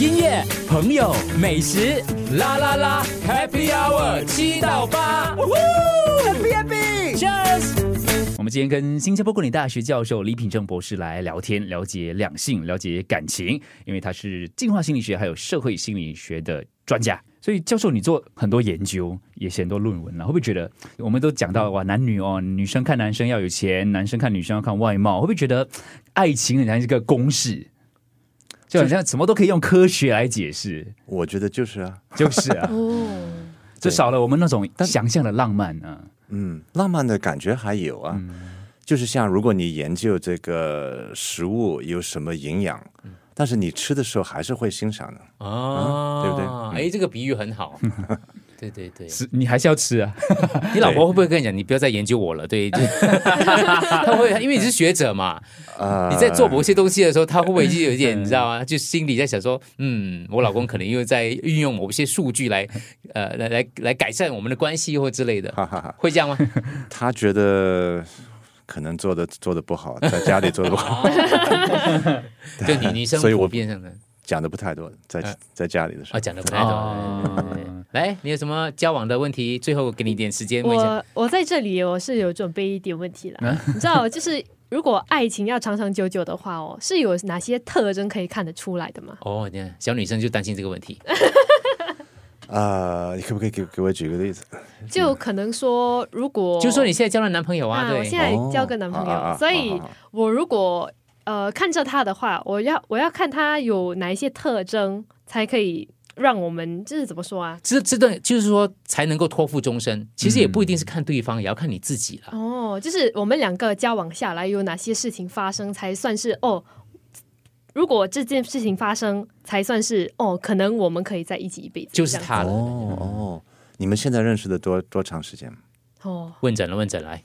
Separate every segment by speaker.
Speaker 1: 音乐、朋友、美食，啦啦啦，Happy Hour 七到八，Happy Happy，Cheers。我们今天跟新加坡国立大学教授李品正博士来聊天，了解两性，了解感情，因为他是进化心理学还有社会心理学的专家。所以，教授，你做很多研究，也写很多论文了，会不会觉得嗯我们都讲到哇，男女哦，女生看男生要有钱，男生看女生要看外貌，会不会觉得嗯爱情很像一个公式，就好像什么都可以用科学来解 释？
Speaker 2: 我觉得就是啊，
Speaker 1: 就是啊，就少了我们那种想象的浪漫啊。
Speaker 2: 嗯，浪漫的感觉还有啊，就是像如果你研究这个食物有什么营养，但是你吃的时候还是会欣赏的。
Speaker 3: 啊，
Speaker 2: 对不嗯对？
Speaker 3: 哎，这个比喻很 好。对对对，
Speaker 1: 吃你还是要吃啊，
Speaker 3: 你老婆会不会跟你讲，你不要再研究我了？对， 就她会，因为你是学者嘛，
Speaker 2: 啊嗯
Speaker 3: 你在做某些东西的时候，她会不会就有点，你知道吗？就心里在想说，嗯，我老公可能又在运用某些数据 来，呃，来来来改善我们的关系或之类的，
Speaker 2: 啊哈哈哈，
Speaker 3: 会这样吗？
Speaker 2: 他觉得可能做的做的不好，在家里做的不好，
Speaker 3: 就女女生
Speaker 2: 所以我
Speaker 3: 普遍上的
Speaker 2: 讲的不太多，在在家里的时
Speaker 3: 啊，
Speaker 2: 候，
Speaker 3: 讲的不太
Speaker 2: 哦
Speaker 1: 哦
Speaker 3: 懂。对对对来，你有什么交往的问题？最后给你一点时间问一下。啊
Speaker 4: 我我在这里我是有准备一点问题啦，你知道，就是如果爱情要长长久久的话哦，是有哪些特征可以看得出来 的吗？
Speaker 3: 哦，你看，小女生就担心这个问题。
Speaker 2: 啊，你可不可以给给我举个例子？
Speaker 4: 就可能说，如果
Speaker 3: 就说你现在交了男朋友啊，
Speaker 4: 啊，我
Speaker 3: 对，
Speaker 4: 现在
Speaker 2: 哦
Speaker 4: 交个男朋友，
Speaker 2: 啊啊啊
Speaker 4: 所以
Speaker 2: 好好好
Speaker 4: 我如果呃看着他的话，我要我要看他有哪一些特征，才可以让我们就是怎么说啊？
Speaker 3: 这这段就是说才能够托付终身。其实也不一定
Speaker 4: 嗯
Speaker 3: 是看对方，也要看你自己了。
Speaker 4: 哦，就是我们两个交往下来有哪些事情发生，才算是哦。如果这件事情发生，才算是哦，可能我们可以在一起一辈子。
Speaker 3: 就是
Speaker 4: 这样
Speaker 3: 他了，
Speaker 2: 哦哦，你们现在认识的多多长时间？
Speaker 4: 哦，
Speaker 3: 问诊了，问诊来。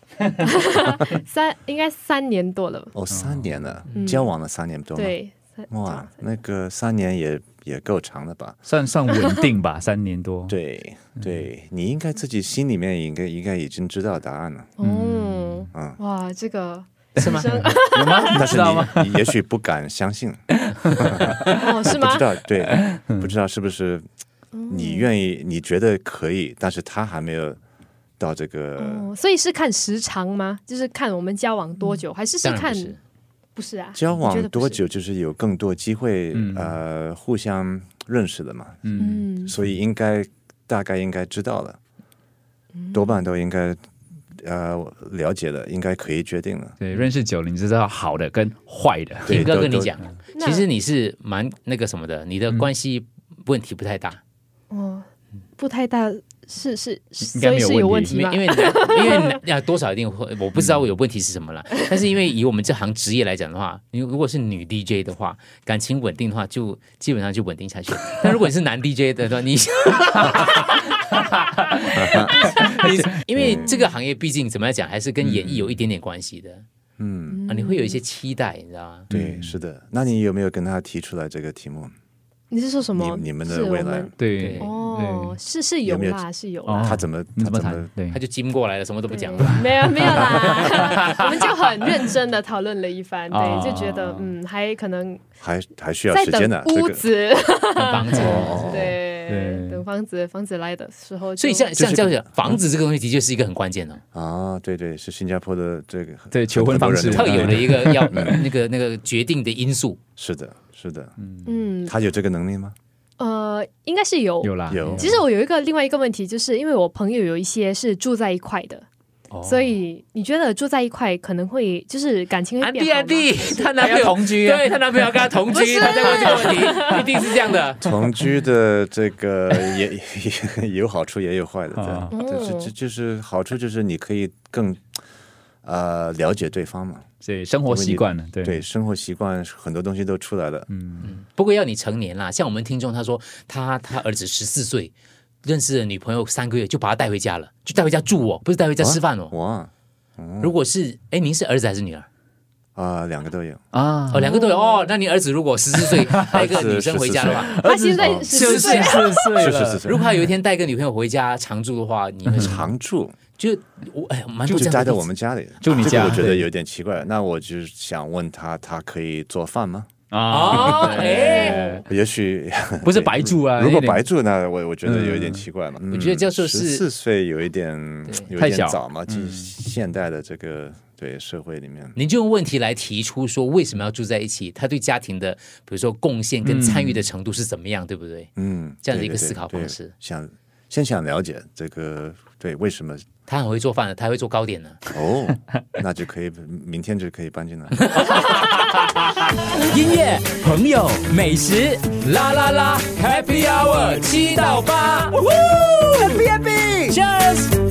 Speaker 4: 三应该三年多了，
Speaker 2: 哦，三年了，交往了三年多吗？嗯
Speaker 4: 对，三
Speaker 2: 哇，那个三年也也够长了吧？
Speaker 1: 算算稳定吧， 三年多。
Speaker 2: 对
Speaker 1: 嗯
Speaker 2: 对，你应该自己心里面应该应该已经知道答案了，
Speaker 4: 哦，
Speaker 2: 嗯
Speaker 4: 哇，这 个
Speaker 3: 是 吗
Speaker 4: 女生
Speaker 1: 有吗？
Speaker 2: 但
Speaker 1: 知
Speaker 2: 是
Speaker 1: 道吗？
Speaker 2: 你也许不敢相信，
Speaker 4: 哦是
Speaker 2: 不
Speaker 4: 吗嗯
Speaker 2: 知？道对，
Speaker 1: 嗯
Speaker 2: 不知道是不是你愿意，你觉得可以，但是他还没有到这个
Speaker 4: 哦，所以是看时长吗？就是看我们交往多
Speaker 2: 嗯
Speaker 4: 久，还是是
Speaker 3: 当然
Speaker 4: 看
Speaker 3: 不是，
Speaker 4: 不是啊？
Speaker 2: 交
Speaker 4: 你觉
Speaker 2: 往
Speaker 4: 得不
Speaker 2: 多
Speaker 4: 是？
Speaker 2: 久，就是有更多机会
Speaker 1: 嗯
Speaker 2: 呃互相认识的嘛，
Speaker 4: 嗯，
Speaker 2: 所以应该大概应该知道了，
Speaker 4: 嗯
Speaker 2: 多半都应该呃了解了，应该可以决定了。
Speaker 1: 对，认识久了，你就知道好的跟坏的。
Speaker 2: 对
Speaker 3: 听哥
Speaker 2: 都
Speaker 3: 跟你
Speaker 2: 都嗯
Speaker 3: 讲，
Speaker 4: 那嗯
Speaker 3: 其实你是蛮那个什么的，你的关系问题不太大，
Speaker 4: 哦，不太大，是是，
Speaker 1: 应该没
Speaker 4: 所以
Speaker 1: 有
Speaker 4: 是有
Speaker 1: 问
Speaker 4: 问
Speaker 1: 题
Speaker 4: 题
Speaker 3: 因为
Speaker 4: 吗？
Speaker 3: 因为男因 为男啊多少一定会，我不知道我有问题是什么了。但是因为以我们这行职业来讲的话，你如果是女 DJ 的话，感情稳定的话，就基本上就稳定下去。但如果你是男 DJ 的话，你 你因为这个行业毕竟怎么来讲，还是跟演艺有一点点关系的
Speaker 2: 嗯，
Speaker 3: 啊，你会有一些期待，你知道吗？
Speaker 2: 对，是的。那你有没有跟他提出来这个题目？
Speaker 4: 你是说什么？
Speaker 2: 你你们的
Speaker 4: 是我
Speaker 2: 未来
Speaker 1: 对，
Speaker 4: 哦，是是有
Speaker 2: 有没有
Speaker 4: 啦，是有
Speaker 1: 哦
Speaker 4: 啦，
Speaker 2: 他怎么
Speaker 1: 你
Speaker 2: 他
Speaker 1: 怎么
Speaker 2: 怎
Speaker 1: 谈
Speaker 2: 么？？
Speaker 1: 对
Speaker 3: 他，就经过来了，什么都不讲
Speaker 4: 对没有没有啦，我们就很认真的讨论了一番，
Speaker 1: 啊
Speaker 4: 对，就觉得嗯，还可能
Speaker 2: 还还需要
Speaker 4: 在
Speaker 2: 时间
Speaker 4: 等
Speaker 2: 呢、这
Speaker 4: 屋
Speaker 2: 个
Speaker 4: 子，
Speaker 3: 房子。
Speaker 2: 哦
Speaker 1: 哦
Speaker 4: 对
Speaker 1: 对，
Speaker 4: 等房子房子来的时候就，
Speaker 3: 所以像像这样讲，房子这个东西的确是一个很关键的。哦
Speaker 2: 啊，对对，是新加坡的这个
Speaker 1: 对求婚
Speaker 2: 很多
Speaker 1: 方式
Speaker 2: 人
Speaker 3: 特
Speaker 1: 他
Speaker 3: 有
Speaker 1: 了
Speaker 3: 的一个要那个那个决定的因素。
Speaker 2: 是的，是的，
Speaker 4: 嗯
Speaker 2: 他有这个能力吗？
Speaker 4: 呃，应该是有
Speaker 1: 啊有啦，
Speaker 2: 有
Speaker 4: 其实我有一个另外一个问题，就是因为我朋友有一些是住在一块的，所以你觉得住在一块可能会就是感情会
Speaker 3: 安
Speaker 4: 变
Speaker 3: 迪
Speaker 4: 好吗
Speaker 3: 安 迪，她男
Speaker 1: 还要
Speaker 3: 朋友
Speaker 1: 同居啊
Speaker 3: 对她男朋友跟她同居，她在问这个问题，一定是这样的。
Speaker 2: 同居的这个也也有好处，也有坏的，
Speaker 1: 啊
Speaker 4: 嗯
Speaker 2: 对，但是这就是好处就是你可以更呃了解对方嘛，
Speaker 1: 对生活习惯了，对嗯
Speaker 2: 对，生活习惯很多东西都出来了，
Speaker 3: 不过要你成年啦，像我们听众他说，他他儿子十四岁，认识了女朋友三个月就把他带回家了，就带回家住哦，不是带回家吃饭哦。
Speaker 2: 哇哦
Speaker 3: 如果是哎，您是儿子还是女儿？
Speaker 2: 啊、两个都有，
Speaker 1: 啊
Speaker 3: 哦，，两个都
Speaker 2: 嗯
Speaker 3: 有哦。那你儿子如果十四 岁带一个女生回家的话，
Speaker 4: 他现在
Speaker 2: 哦
Speaker 4: 十四岁
Speaker 1: 四岁
Speaker 2: 是是是
Speaker 3: 如
Speaker 2: 是，
Speaker 3: 果他有一天带一个女朋友回家常住的话，你会
Speaker 2: 常住。
Speaker 3: 就我哎呀，蛮
Speaker 2: 嗯就
Speaker 3: 多
Speaker 2: 是
Speaker 3: 这样的
Speaker 2: 待在
Speaker 3: 例
Speaker 2: 我
Speaker 3: 子
Speaker 2: 们家里，啊
Speaker 1: 住你
Speaker 2: 这
Speaker 1: 家
Speaker 2: 个我觉得
Speaker 1: 对
Speaker 2: 有点奇怪。那我就想问他，他可以做饭吗？
Speaker 3: 哦，哎，
Speaker 2: 也许
Speaker 1: 啊不是白住啊，
Speaker 2: 如果
Speaker 1: 有点
Speaker 2: 白住，那我我觉得有一点奇怪嘛。
Speaker 3: 嗯我觉得这时候是
Speaker 2: 十四岁有一点有
Speaker 1: 太
Speaker 2: 一
Speaker 1: 小
Speaker 2: 点早嘛，
Speaker 3: 嗯
Speaker 2: 进现代的这个对社会里面，
Speaker 3: 您就用问题来提出说为什么要住在一起，他对家庭的比如说贡献跟参与的程度是怎么样，对不对？
Speaker 2: 嗯，
Speaker 3: 这样的一
Speaker 2: 对
Speaker 3: 个
Speaker 2: 对
Speaker 3: 思考
Speaker 2: 对
Speaker 3: 方式
Speaker 2: 想先想了解这个对为什么
Speaker 3: 他很会做饭的，他还会做糕点呢。
Speaker 2: 哦，那就可以明天就可以搬进来。
Speaker 1: 音乐、朋友、美食，啦啦啦，Happy Hour 七到八，Happy Happy，Cheers。